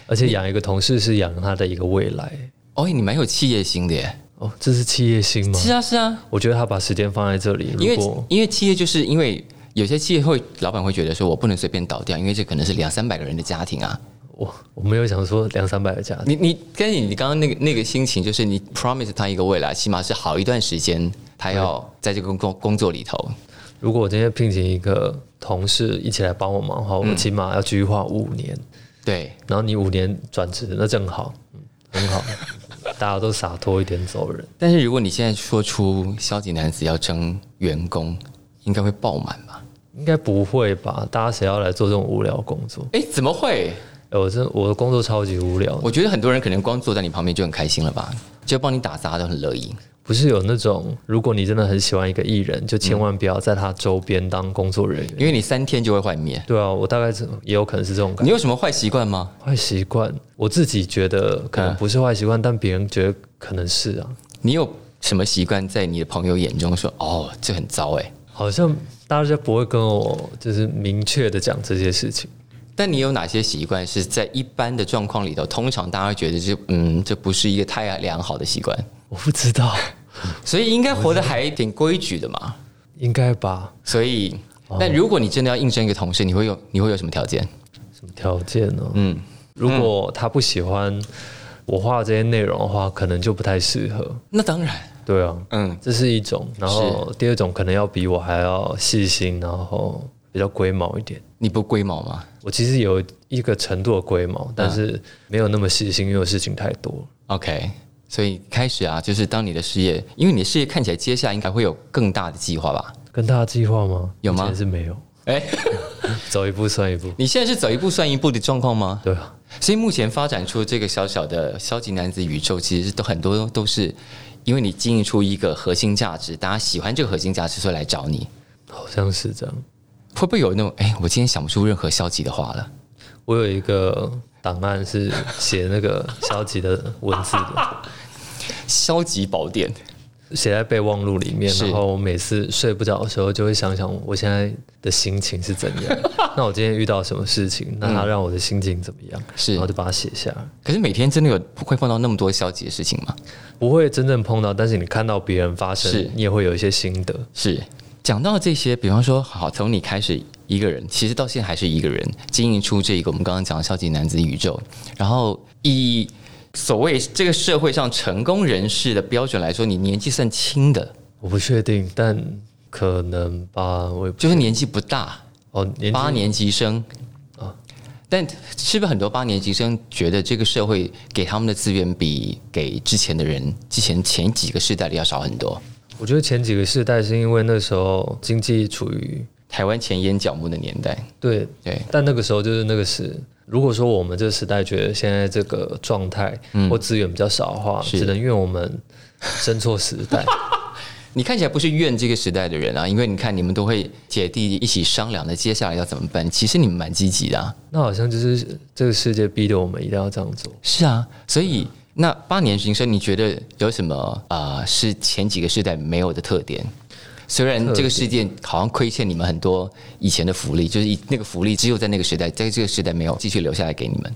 Speaker 2: 而且养一个同事是养他的一个未来。
Speaker 3: 哦，你蛮有企业心的耶。
Speaker 2: 哦，这是企业心吗？
Speaker 3: 是啊，是啊，
Speaker 2: 我觉得他把时间放在这里，
Speaker 3: 因
Speaker 2: 如
Speaker 3: 为
Speaker 2: 果
Speaker 3: 因为企业就是因为有些企业会老板会觉得说我不能随便倒掉，因为这可能是两三百个人的家庭啊。
Speaker 2: 我我没有想说两三百个家庭，
Speaker 3: 你你跟你你刚刚那个那个心情，就是你 promise 他一个未来，起码是好一段时间，他要在这个工工工作里头。
Speaker 2: 如果我今天聘请一个同事一起来帮我忙的话，我起码要计划五年。
Speaker 3: 对，
Speaker 2: 然后你五年转职，那正好，嗯，很 好，大家都洒脱一点走人。
Speaker 3: 但是如果你现在说出消极男子要争员工，应该会爆满吧？
Speaker 2: 应该不会吧？大家谁要来做这种无聊工作？
Speaker 3: 哎，怎么会？
Speaker 2: 哎、我真我的工作超级无聊的，
Speaker 3: 我觉得很多人可能光坐在你旁边就很开心了吧，就帮你打杂都很乐意。
Speaker 2: 不是有那种，如果你真的很喜欢一个艺人，就千万不要在他周边当工作人员。
Speaker 3: 因为你三天就会幻灭。
Speaker 2: 对啊，我大概是也有可能是这种感
Speaker 3: 你
Speaker 2: 觉。
Speaker 3: 有什么坏习惯吗？
Speaker 2: 坏习惯，我自己觉得可能不是坏习惯，但别人觉得可能是啊。
Speaker 3: 你有什么习惯在你的朋友眼中说哦，这很糟哎、
Speaker 2: 好像大家不会跟我就是明确的讲这些事情。
Speaker 3: 但你有哪些习惯是在一般的状况里头，通常大家会觉得这嗯，这不是一个太良好的习惯，
Speaker 2: 我不知道，
Speaker 3: 所以应该活得还挺规矩的嘛。
Speaker 2: 应该吧？
Speaker 3: 所以，但如果你真的要应征一个同事，你会有你会有什么条件？
Speaker 2: 什么条件呢、
Speaker 3: 嗯，
Speaker 2: 如果他不喜欢我画的这些内容的话，可能就不太适合。
Speaker 3: 那当然，
Speaker 2: 对啊，
Speaker 3: 嗯，
Speaker 2: 这是一种。然后第二种可能要比我还要细心，然后比较龟毛一点。
Speaker 3: 你不龟毛吗
Speaker 2: 我其实有一个程度的龟毛，但是没有那么细心，因为我事情太多了。
Speaker 3: ？OK，所以开始啊，就是当你的事业，因为你的事业看起来接下来应该会有更大的计划吧？
Speaker 2: 跟大家计划吗？
Speaker 3: 有吗
Speaker 2: 目前是没有，
Speaker 3: 哎、
Speaker 2: 走一步算一步。
Speaker 3: 你现在是走一步算一步的状况吗？
Speaker 2: 对啊，
Speaker 3: 所以目前发展出这个小小的消极男子宇宙，其实都很多都是因为你经营出一个核心价值，大家喜欢这个核心价值，所以来找你。
Speaker 2: 好像是这样。
Speaker 3: 会不会有那种哎，我今天想不出任何消极的话了？
Speaker 2: 我有一个档案是写那个消极的文字的，
Speaker 3: 消极宝典，
Speaker 2: 写在备忘录里面。
Speaker 3: 是
Speaker 2: 然后我每次睡不着的时候，就会想想我现在的心情是怎 样。那我今天遇到什么事情？那它让我的心情怎么样？
Speaker 3: 嗯是
Speaker 2: 然后就把它写下来。
Speaker 3: 可是每天真的有会碰到那么多消极的事情吗？
Speaker 2: 不会真正碰到，但是你看到别人发生
Speaker 3: 是，
Speaker 2: 你也会有一些心得。
Speaker 3: 是讲到这些，比方说，好，从你开始一个人，其实到现在还是一个人，经营出这个我们刚刚讲的消极男子宇宙，然后以所谓这个社会上成功人士的标准来说，你年纪算轻的，
Speaker 2: 我不确定，但可能吧，我也不
Speaker 3: 就是年纪不大，
Speaker 2: 哦，年纪
Speaker 3: 八年级生啊。但是不是很多八年级生觉得这个社会给他们的资源比给之前的人、之前前几个世代的要少很多？
Speaker 2: 我觉得前几个世代是因为那时候经济处于
Speaker 3: 台湾前眼角膜的年代，
Speaker 2: 对
Speaker 3: 对，
Speaker 2: 但那个时候就是那个时，如果说我们这个时代觉得现在这个状态或资源比较少的话，
Speaker 3: 嗯是
Speaker 2: 只能怨我们生错时 代。
Speaker 3: 你看起来不是怨这个时代的人啊，因为你看你们都会姐弟一起商量的，接下来要怎么办？其实你们蛮积极的、啊，
Speaker 2: 那好像就是这个世界逼得我们一定要这样做。
Speaker 3: 是啊，所以那八年级生，你觉得有什么啊、呃是前几个世代没有的特点？虽然这个世界好像亏欠你们很多以前的福利，就是以那个福利只有在那个时代，在这个时代没有继续留下来给你们。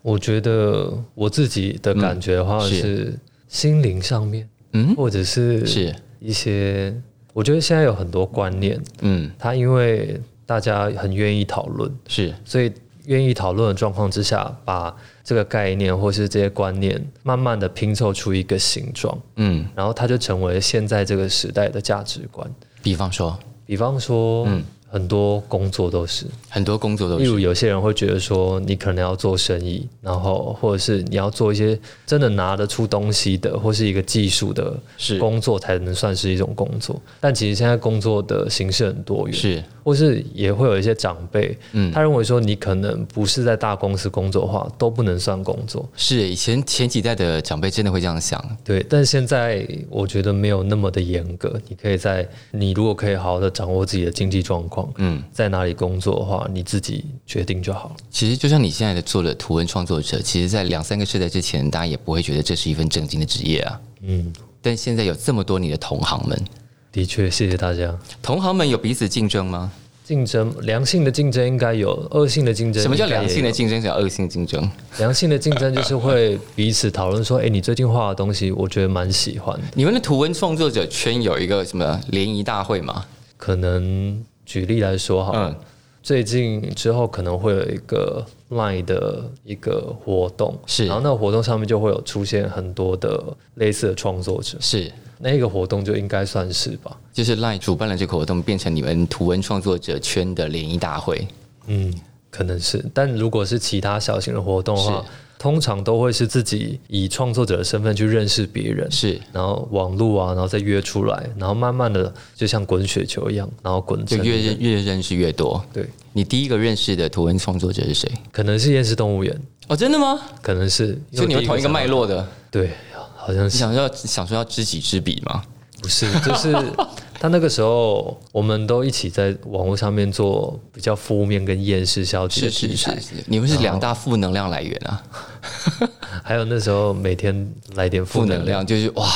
Speaker 2: 我觉得我自己的感觉的话
Speaker 3: 嗯是
Speaker 2: 是心灵上面，
Speaker 3: 嗯，
Speaker 2: 或者是
Speaker 3: 是，
Speaker 2: 一些，我觉得现在有很多观念，
Speaker 3: 嗯，
Speaker 2: 它因为大家很愿意讨论，
Speaker 3: 是，
Speaker 2: 所以愿意讨论的状况之下，把这个概念或是这些观念，慢慢的拼凑出一个形状，
Speaker 3: 嗯，
Speaker 2: 然后它就成为现在这个时代的价值观。
Speaker 3: 比方说，
Speaker 2: 比方说，很多工作都是，
Speaker 3: 很多工作都
Speaker 2: 例如
Speaker 3: 是，
Speaker 2: 有些人会觉得说，你可能要做生意，然后或者是你要做一些真的拿得出东西的，或是一个技术的
Speaker 3: 是
Speaker 2: 工作，才能算是一种工作。但其实现在工作的形式很多元，
Speaker 3: 是，
Speaker 2: 或是也会有一些长辈，
Speaker 3: 嗯
Speaker 2: 他认为说你可能不是在大公司工作的话，都不能算工作。
Speaker 3: 是，以前前几代的长辈真的会这样想，
Speaker 2: 对，但现在我觉得没有那么的严格，你可以在你如果可以好好的掌握自己的经济状况，
Speaker 3: 嗯，
Speaker 2: 在哪里工作的话，你自己决定就好了。
Speaker 3: 其实就像你现在的做了图文创作者，其实，在两三个世代之前，大家也不会觉得这是一份正经的职业啊。
Speaker 2: 嗯，
Speaker 3: 但现在有这么多你的同行们，
Speaker 2: 的确，谢谢大家。
Speaker 3: 同行们有彼此竞争吗？
Speaker 2: 竞争良性的竞争应该有，恶性的竞争
Speaker 3: 什么叫
Speaker 2: 应该也
Speaker 3: 良性的
Speaker 2: 有？
Speaker 3: 竞争，什么叫恶性竞争？
Speaker 2: 良性的竞争就是会彼此讨论说，哎、你最近画的东西，我觉得蛮喜欢的。
Speaker 3: 你们的图文创作者圈有一个什么联谊大会吗？
Speaker 2: 可能举例来说好了，
Speaker 3: 嗯，
Speaker 2: 最近之后可能会有一个 Line 的一个活动，
Speaker 3: 是
Speaker 2: 然后那个活动上面就会有出现很多的类似的创作者，
Speaker 3: 是，
Speaker 2: 那个活动就应该算是吧。
Speaker 3: 就是 LINE 主办了这个活动，变成你们图文创作者圈的联谊大会。
Speaker 2: 嗯，可能是。但如果是其他小型的活动的话
Speaker 3: 是，
Speaker 2: 通常都会是自己以创作者的身份去认识别人，
Speaker 3: 是，
Speaker 2: 然后网络啊，然后再约出来，然后慢慢的就像滚雪球一样，然后滚
Speaker 3: 就
Speaker 2: 成
Speaker 3: 越认越认识越多。
Speaker 2: 对，
Speaker 3: 你第一个认识的图文创作者是谁？
Speaker 2: 可能是厌世动物园，
Speaker 3: 哦，真的吗？
Speaker 2: 可能是
Speaker 3: 就你们同一个脉，
Speaker 2: 因为我
Speaker 3: 络的，
Speaker 2: 第一个想到对，好像
Speaker 3: 你
Speaker 2: 是
Speaker 3: 想要想说要知己知彼吗？
Speaker 2: 不是， 就是他那个时候，我们都一起在网络上面做比较负面跟厌世消极的
Speaker 3: 是
Speaker 2: 题
Speaker 3: 是
Speaker 2: 材，
Speaker 3: 是，是你们是两大负能量来源啊，
Speaker 2: 还有那时候每天来点
Speaker 3: 负
Speaker 2: 负能
Speaker 3: 能
Speaker 2: 量。
Speaker 3: 量就是哇，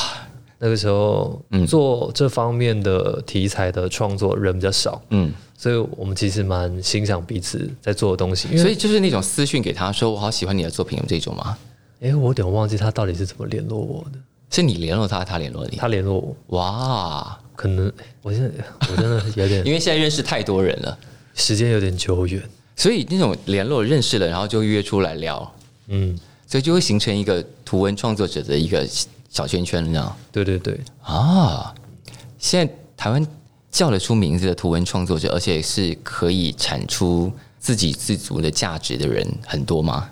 Speaker 2: 那个时候做这方面的题材的创作人比较少，
Speaker 3: 嗯，
Speaker 2: 所以我们其实蛮欣赏彼此在做的东西。因
Speaker 3: 所
Speaker 2: 为，
Speaker 3: 以就是那种私讯给他说我好喜欢你的作品这种吗？
Speaker 2: 哎、我有点忘记他到底是怎么联络我的。
Speaker 3: 是你联络他，他联络你，
Speaker 2: 他联络我，
Speaker 3: 哇，
Speaker 2: 可能我现在我真的有 点
Speaker 3: 因为现在认识太多人了，
Speaker 2: 时间有点久远。
Speaker 3: 所以那种联络认识了，然后就约出来聊，
Speaker 2: 嗯，
Speaker 3: 所以就会形成一个图文创作者的一个小圈圈，你知道吗
Speaker 2: 对对对，
Speaker 3: 啊，现在台湾叫得出名字的图文创作者，而且是可以产出自给自足的价值的人很多吗？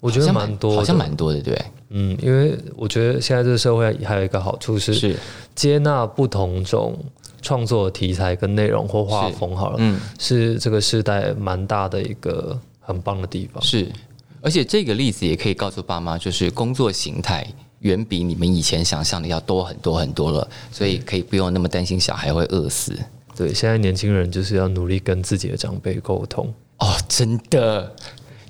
Speaker 2: 我觉
Speaker 3: 好
Speaker 2: 得
Speaker 3: 像
Speaker 2: 蛮多
Speaker 3: 好像
Speaker 2: 的。
Speaker 3: 蛮多的，对不
Speaker 2: 嗯，因为我觉得现在这个社会还有一个好处
Speaker 3: 对？
Speaker 2: 是，接纳不同种创作的题材跟内容或画
Speaker 3: 是
Speaker 2: 风。好了，
Speaker 3: 嗯，
Speaker 2: 是这个时代蛮大的一个很棒的地方。
Speaker 3: 是，而且这个例子也可以告诉爸妈，就是工作形态远比你们以前想象的要多很多很多了，所以可以不用那么担心小孩会饿死。
Speaker 2: 对，现在年轻人就是要努力跟自己的长辈沟通，
Speaker 3: 哦，真的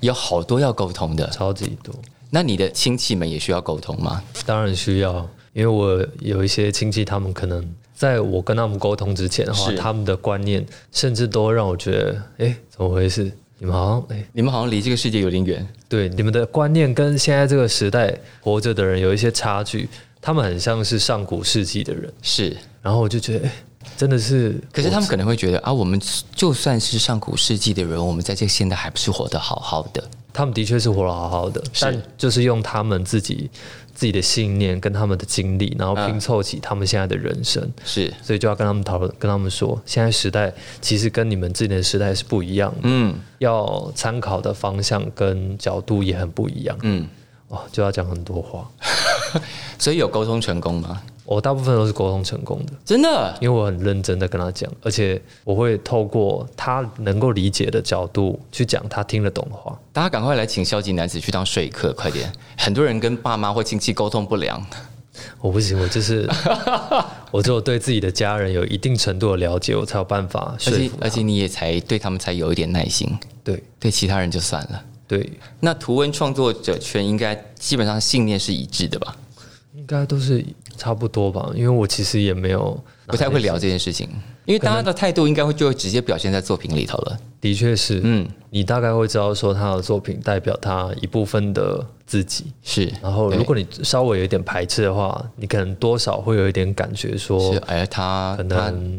Speaker 3: 有好多要沟通的。
Speaker 2: 超级多，
Speaker 3: 那你的亲戚们也需要沟通吗？
Speaker 2: 当然需要，因为我有一些亲戚，他们可能在我跟他们沟通之前的话，
Speaker 3: 是
Speaker 2: 他们的观念甚至都让我觉得，哎，怎么回事？你们好像哎，
Speaker 3: 你们好像离这个世界有点远。
Speaker 2: 对，你们的观念跟现在这个时代活着的人有一些差距，他们很像是上古世纪的人，
Speaker 3: 是，
Speaker 2: 然后我就觉得，哎，真的是，
Speaker 3: 可是他们可能会觉得啊，我们就算是上古世纪的人，我们在这个现代还不是活得好好的？
Speaker 2: 他们的确是活得好好的，
Speaker 3: 是
Speaker 2: 但就是用他们自己自己的信念跟他们的经历，然后拼凑起他们现在的人生，
Speaker 3: 是，
Speaker 2: 所以就要跟他们讨论，跟他们说，现在时代其实跟你们之前的时代是不一样的，
Speaker 3: 嗯
Speaker 2: 要参考的方向跟角度也很不一样，
Speaker 3: 嗯，
Speaker 2: 哦，就要讲很多话。
Speaker 3: 所以有沟通成功吗？
Speaker 2: 我大部分都是沟通成功的，
Speaker 3: 真的，
Speaker 2: 因为我很认真的跟他讲，而且我会透过他能够理解的角度去讲他听得懂的话。
Speaker 3: 大家赶快来请消极男子去当说客，快点！很多人跟爸妈或亲戚沟通不良，
Speaker 2: 我不行，我就是 我只有对自己的家人有一定程度的了解，我才有办法
Speaker 3: 而
Speaker 2: 说
Speaker 3: 且
Speaker 2: 服他。
Speaker 3: 而且你也才对他们才有一点耐心，
Speaker 2: 对
Speaker 3: 对其他人就算了。
Speaker 2: 对，
Speaker 3: 那图文创作者圈应该基本上信念是一致的吧？
Speaker 2: 应该都是差不多吧，因为我其实也没有
Speaker 3: 不太会聊这件事情，因为大家的态度应该会就会直接表现在作品里头了。
Speaker 2: 的确是，
Speaker 3: 嗯
Speaker 2: 嗯，你大概会知道说他的作品代表他一部分的自己，
Speaker 3: 是，
Speaker 2: 然后
Speaker 3: 对
Speaker 2: 如果你稍微有一点排斥的话，你可能多少会有一点感觉
Speaker 3: 是
Speaker 2: 说，，
Speaker 3: 而他
Speaker 2: 可能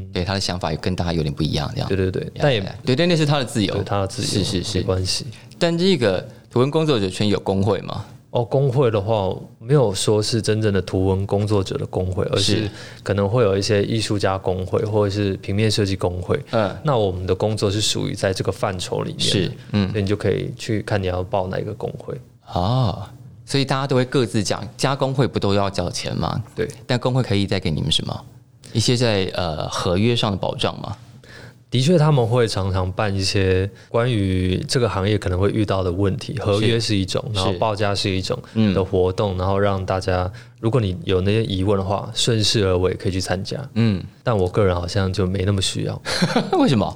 Speaker 3: 他对他的想法跟大家有点不一样，这样
Speaker 2: 对对对，但也
Speaker 3: 对对，那是他的自由，
Speaker 2: 对他的自己
Speaker 3: 是是
Speaker 2: 没
Speaker 3: 是。
Speaker 2: 关系。
Speaker 3: 但这个图文工作者圈有工会吗？
Speaker 2: 哦，工会的话没有说是真正的图文工作者的工会，而
Speaker 3: 是
Speaker 2: 是可能会有一些艺术家工会或者是平面设计工会。
Speaker 3: 嗯，
Speaker 2: 那我们的工作是属于在这个范畴里面，
Speaker 3: 是，
Speaker 2: 嗯，所以你就可以去看你要报哪一个工会。
Speaker 3: 哦，所以大家都会各自讲，加工会不都要交钱吗？
Speaker 2: 对，
Speaker 3: 但工会可以再给你们什么？一些在呃合约上的保障吗？
Speaker 2: 的确，他们会常常办一些关于这个行业可能会遇到的问题，合约是嗯一种，然后报价是一种的活动，然后让大家，如果你有那些疑问的话，顺势而为可以去参加。
Speaker 3: 嗯，
Speaker 2: 但我个人好像就没那么需要，
Speaker 3: 为什么？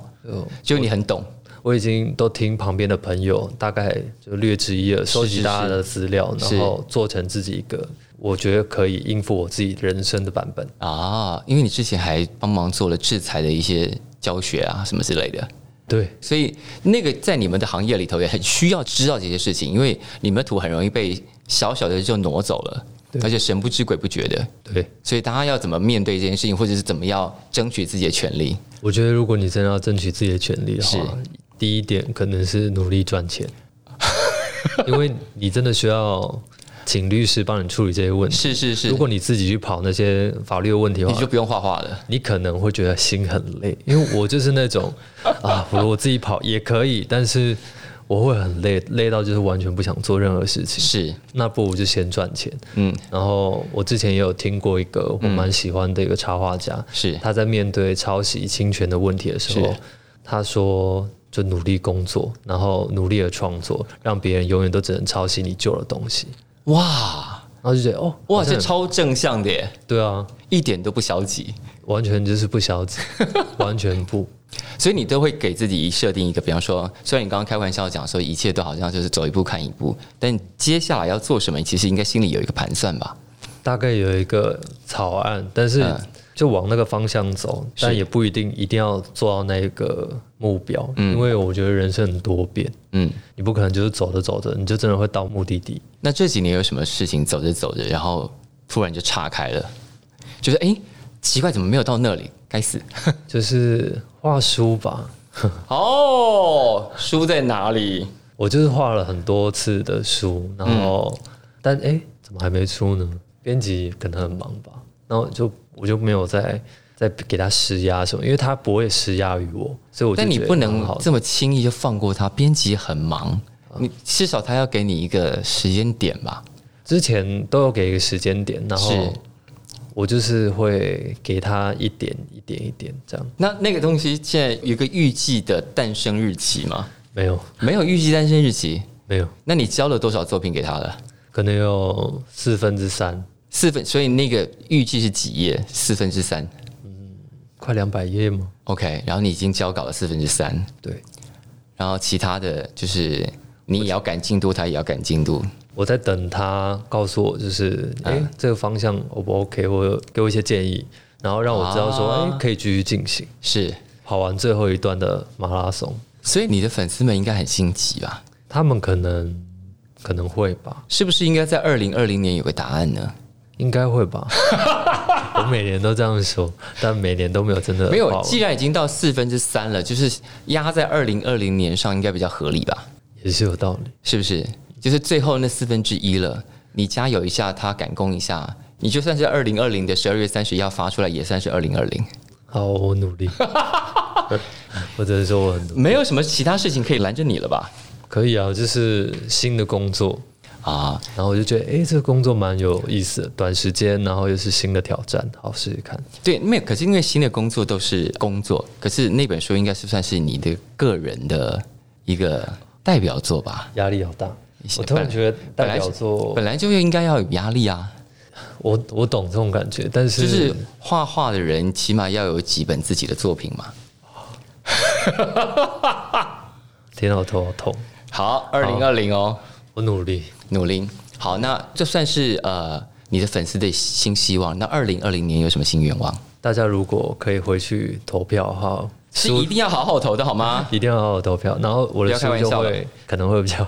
Speaker 2: 就
Speaker 3: 就你很懂，
Speaker 2: 我已经都听旁边的朋友大概就略知一二，收
Speaker 3: 是
Speaker 2: 集大家的资料，
Speaker 3: 是
Speaker 2: 然后做成自己一个我觉得可以应付我自己人生的版本。
Speaker 3: 啊，因为你之前还帮忙做了制裁的一些教学啊，什么之类的，
Speaker 2: 对，
Speaker 3: 所以那个在你们的行业里头也很需要知道这些事情，因为你们的图很容易被小小的就挪走了，而且神不知鬼不觉的，
Speaker 2: 对，
Speaker 3: 所以大家要怎么面对这件事情，或者是怎么样争取自己的权利？
Speaker 2: 我觉得如果你真的要争取自己的权利的
Speaker 3: 是
Speaker 2: 话，第一点可能是努力赚 钱，因为你真的需要请律师帮你处理这些问题。
Speaker 3: 是是是，
Speaker 2: 如果你自己去跑那些法律的问题的
Speaker 3: 你
Speaker 2: 话，
Speaker 3: 就不用画画了。
Speaker 2: 你可能会觉得心很累，因为我就是 那种啊，我我自己跑也可以，但是我会很累，累到就是完全不想做任何事情。
Speaker 3: 是，
Speaker 2: 那不如就先赚钱。
Speaker 3: 嗯，
Speaker 2: 然后我之前也有听过一个我蛮喜欢的一个插画家，
Speaker 3: 是
Speaker 2: 他在面对抄袭侵权的问题的时候
Speaker 3: 是，
Speaker 2: 他说。就努力工作，然后努力的创作，让别人永远都只能抄袭你旧的东西，
Speaker 3: 哇
Speaker 2: 然后就觉得哦，
Speaker 3: 哇，
Speaker 2: 好像
Speaker 3: 这超正向的耶，
Speaker 2: 对啊，
Speaker 3: 一点都不消极。
Speaker 2: 完全就是不消 极，完全不。
Speaker 3: 所以你都会给自己设定一个，比方说，虽然你刚刚开玩笑讲说一切都好像就是走一步看一步，但接下来要做什么，你其实应该心里有一个盘算吧？
Speaker 2: 大概有一个草案，但是
Speaker 3: 嗯
Speaker 2: 就往那个方向走，但也不一定一定要做到那个目标，因为我觉得人生很多变，
Speaker 3: 嗯，
Speaker 2: 你不可能就是走着走着，你就真的会到目的地。
Speaker 3: 那这几年有什么事情走着走着，然后突然就岔开了，就是哎，诶奇怪，怎么没有到那里？该死！
Speaker 2: 就是画书吧，
Speaker 3: 哦，书在哪里？
Speaker 2: 我就是画了很多次的书，然后、
Speaker 3: 嗯
Speaker 2: 但哎、诶怎么还没出呢？编辑可能很忙吧，然后就我就没有再再给他施压什么，因为他不会施压于我，所以我就
Speaker 3: 但你
Speaker 2: 觉得啊
Speaker 3: 不
Speaker 2: 蛮好
Speaker 3: 能
Speaker 2: 的
Speaker 3: 这么轻易就放过他，编辑很忙，你至少他要给你一个时间点吧？
Speaker 2: 之前都有给一个时间点，然
Speaker 3: 是
Speaker 2: 后我就是会给他一点一点一点这样，
Speaker 3: 那那个东西现在有一个预计的诞生日期吗？
Speaker 2: 没有
Speaker 3: 没有预计诞生日期，
Speaker 2: 没有，
Speaker 3: 那你交了多少作品给他了？
Speaker 2: 可能有四分之三，
Speaker 3: 四分，所以那个预计是几页？四分之三。
Speaker 2: 快两百页吗？
Speaker 3: OK，然后你已经交稿了四分之三，
Speaker 2: 对，
Speaker 3: 然后其他的就是你也要赶进度，他也要赶进度。
Speaker 2: 我在等他告诉我，就是哎、
Speaker 3: 嗯
Speaker 2: 诶这个方向 O 不 OK，或者给我一些建议，然后让我知道说哎、
Speaker 3: 啊
Speaker 2: 诶可以继续进行，
Speaker 3: 是，
Speaker 2: 跑完最后一段的马拉松，
Speaker 3: 所以你的粉丝们应该很心急吧？
Speaker 2: 他们可能可能会吧，
Speaker 3: 是不是应该在二零二零年有个答案呢？
Speaker 2: 应该 会吧。我每年都这样说，但每年都没有真的
Speaker 3: 没有，
Speaker 2: 画完
Speaker 3: 既然已经到四分之三了，就是压在二零二零年上，应该比较合理吧？
Speaker 2: 也是有道理。
Speaker 3: 是不是？就是最后那四分之一了，你加油一下，他赶工一下，你就算是二零二零的十二月三十要发出来，也算是二零二零，
Speaker 2: 好，我努 力。我只能说我很努力。
Speaker 3: 没有什么其他事情可以拦着你了吧？
Speaker 2: 可以啊，就是新的工作，
Speaker 3: 啊，
Speaker 2: 然后我就觉得，诶，这个工作蛮有意思的，短时间，然后又是新的挑战，好试试看。
Speaker 3: 对，没有。可是因为新的工作都是工作，可是那本书应该是算是你的个人的一个代表作吧？
Speaker 2: 压力好大，我突
Speaker 3: 本来
Speaker 2: 然觉得
Speaker 3: 本
Speaker 2: 代
Speaker 3: 来
Speaker 2: 表作
Speaker 3: 本，来就应该要有压力啊，
Speaker 2: 我我懂这种感觉，但是
Speaker 3: 就是画画的人起码要有几本自己的作品嘛。
Speaker 2: 天啊，我头好痛，
Speaker 3: 好，二零二零哦。
Speaker 2: 我努力。
Speaker 3: 努力。好，那这算是呃你的粉丝的新希望。那二零二零年有什么新愿望？
Speaker 2: 大家如果可以回去投票哈，
Speaker 3: 是一
Speaker 2: 书
Speaker 3: 定要好好投的好吗？
Speaker 2: 一定要好好投票，然后
Speaker 3: 不
Speaker 2: 我的
Speaker 3: 要开
Speaker 2: 书
Speaker 3: 玩
Speaker 2: 就
Speaker 3: 笑
Speaker 2: 会可能会比较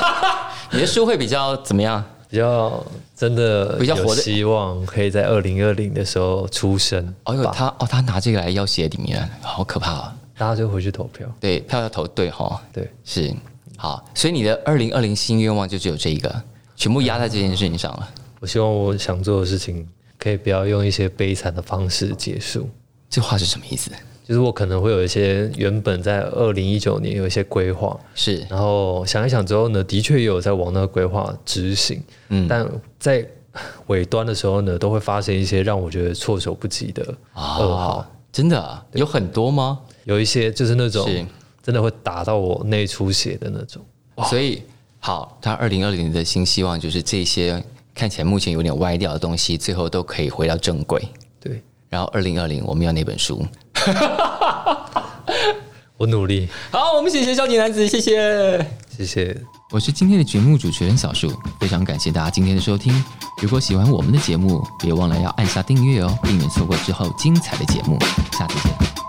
Speaker 3: 你的书会比较怎么样？
Speaker 2: 比较真的
Speaker 3: 比较
Speaker 2: 有
Speaker 3: 活得
Speaker 2: 希望可以在二零二零的时候出生
Speaker 3: 哦呦，他哦，他拿这个来要挟里面，好可怕啊！
Speaker 2: 大家就回去投票。
Speaker 3: 对，票要投对哈、
Speaker 2: 对，
Speaker 3: 是好，所以你的二零二零新愿望就只有这一个，全部压在这件事情上了。
Speaker 2: 我希望我想做的事情可以不要用一些悲惨的方式结束。
Speaker 3: 这话是什么意思？
Speaker 2: 就是我可能会有一些原本在二零一九年有一些规划，
Speaker 3: 是
Speaker 2: 然后想一想之后呢，的确也有在往那个规划执行，嗯，但在尾端的时候呢，都会发现一些让我觉得措手不及的噩耗，
Speaker 3: 啊，真的啊有很多吗？
Speaker 2: 有一些就是那种
Speaker 3: 是
Speaker 2: 真的会打到我内出血的那种。
Speaker 3: 所以好，他二零二零的新希望就是这些看起来目前有点歪掉的东西，最后都可以回到正轨。
Speaker 2: 对
Speaker 3: 然后二零二零我们要那本书。
Speaker 2: 我努力，
Speaker 3: 好，我们谢谢少年男子，谢谢。
Speaker 2: 谢谢
Speaker 3: 我是今天的节目主持人小树，非常感谢大家今天的收听。如果喜欢我们的节目，别忘了要按下订阅哦，避免错过之后精彩的节目。下次见。